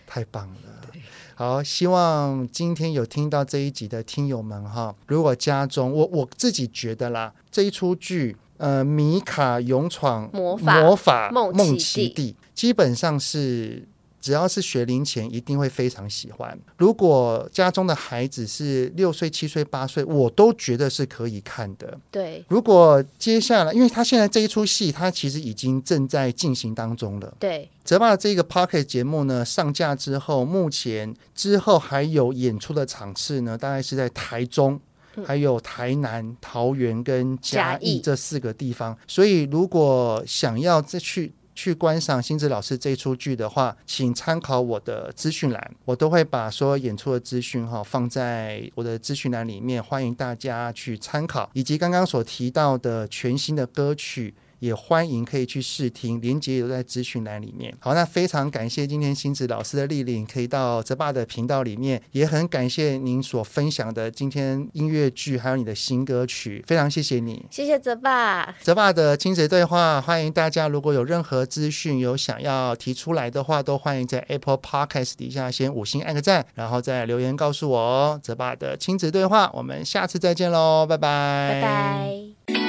S1: 太棒了！好，希望今天有听到这一集的听友们哈，如果家中我我自己觉得啦，这一出剧。呃，米卡勇闯
S2: 魔法
S1: 魔法
S2: 梦
S1: 梦
S2: 奇
S1: 奇地，基本上是只要是学龄前一定会非常喜欢。如果家中的孩子是六岁、七岁、八岁，我都觉得是可以看的。
S2: 对
S1: 如果接下来，因为他现在这一出戏，他其实已经正在进行当中了。
S2: 对，
S1: 泽爸这个 Pocket 节目呢上架之后，目前之后还有演出的场次呢，大概是在台中。
S2: 嗯
S1: 还有台南、桃园跟嘉
S2: 嘉义
S1: 义这四个地方，所以如果想要再去去观赏星子老师这出剧的话，请参考我的资讯栏，我都会把所有演出的资讯哈放在我的资讯栏里面，欢迎大家去参考，以及刚刚所提到的全新的歌曲。也欢迎可以去试听，连接也都在资讯栏里面。好，那非常感谢今天星子老师的莅临，可以到泽爸的频道里面，也很感谢您所分享的今天音乐剧，还有你的新歌曲，非常谢谢你。
S2: 谢谢泽爸，
S1: 泽爸的亲子对话，欢迎大家如果有任何资讯有想要提出来的话，都欢迎在 Apple Podcast 底下先五星按个赞，然后再留言告诉我哦。泽爸的亲子对话，我们下次再见喽，拜拜，
S2: 拜拜。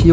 S1: 希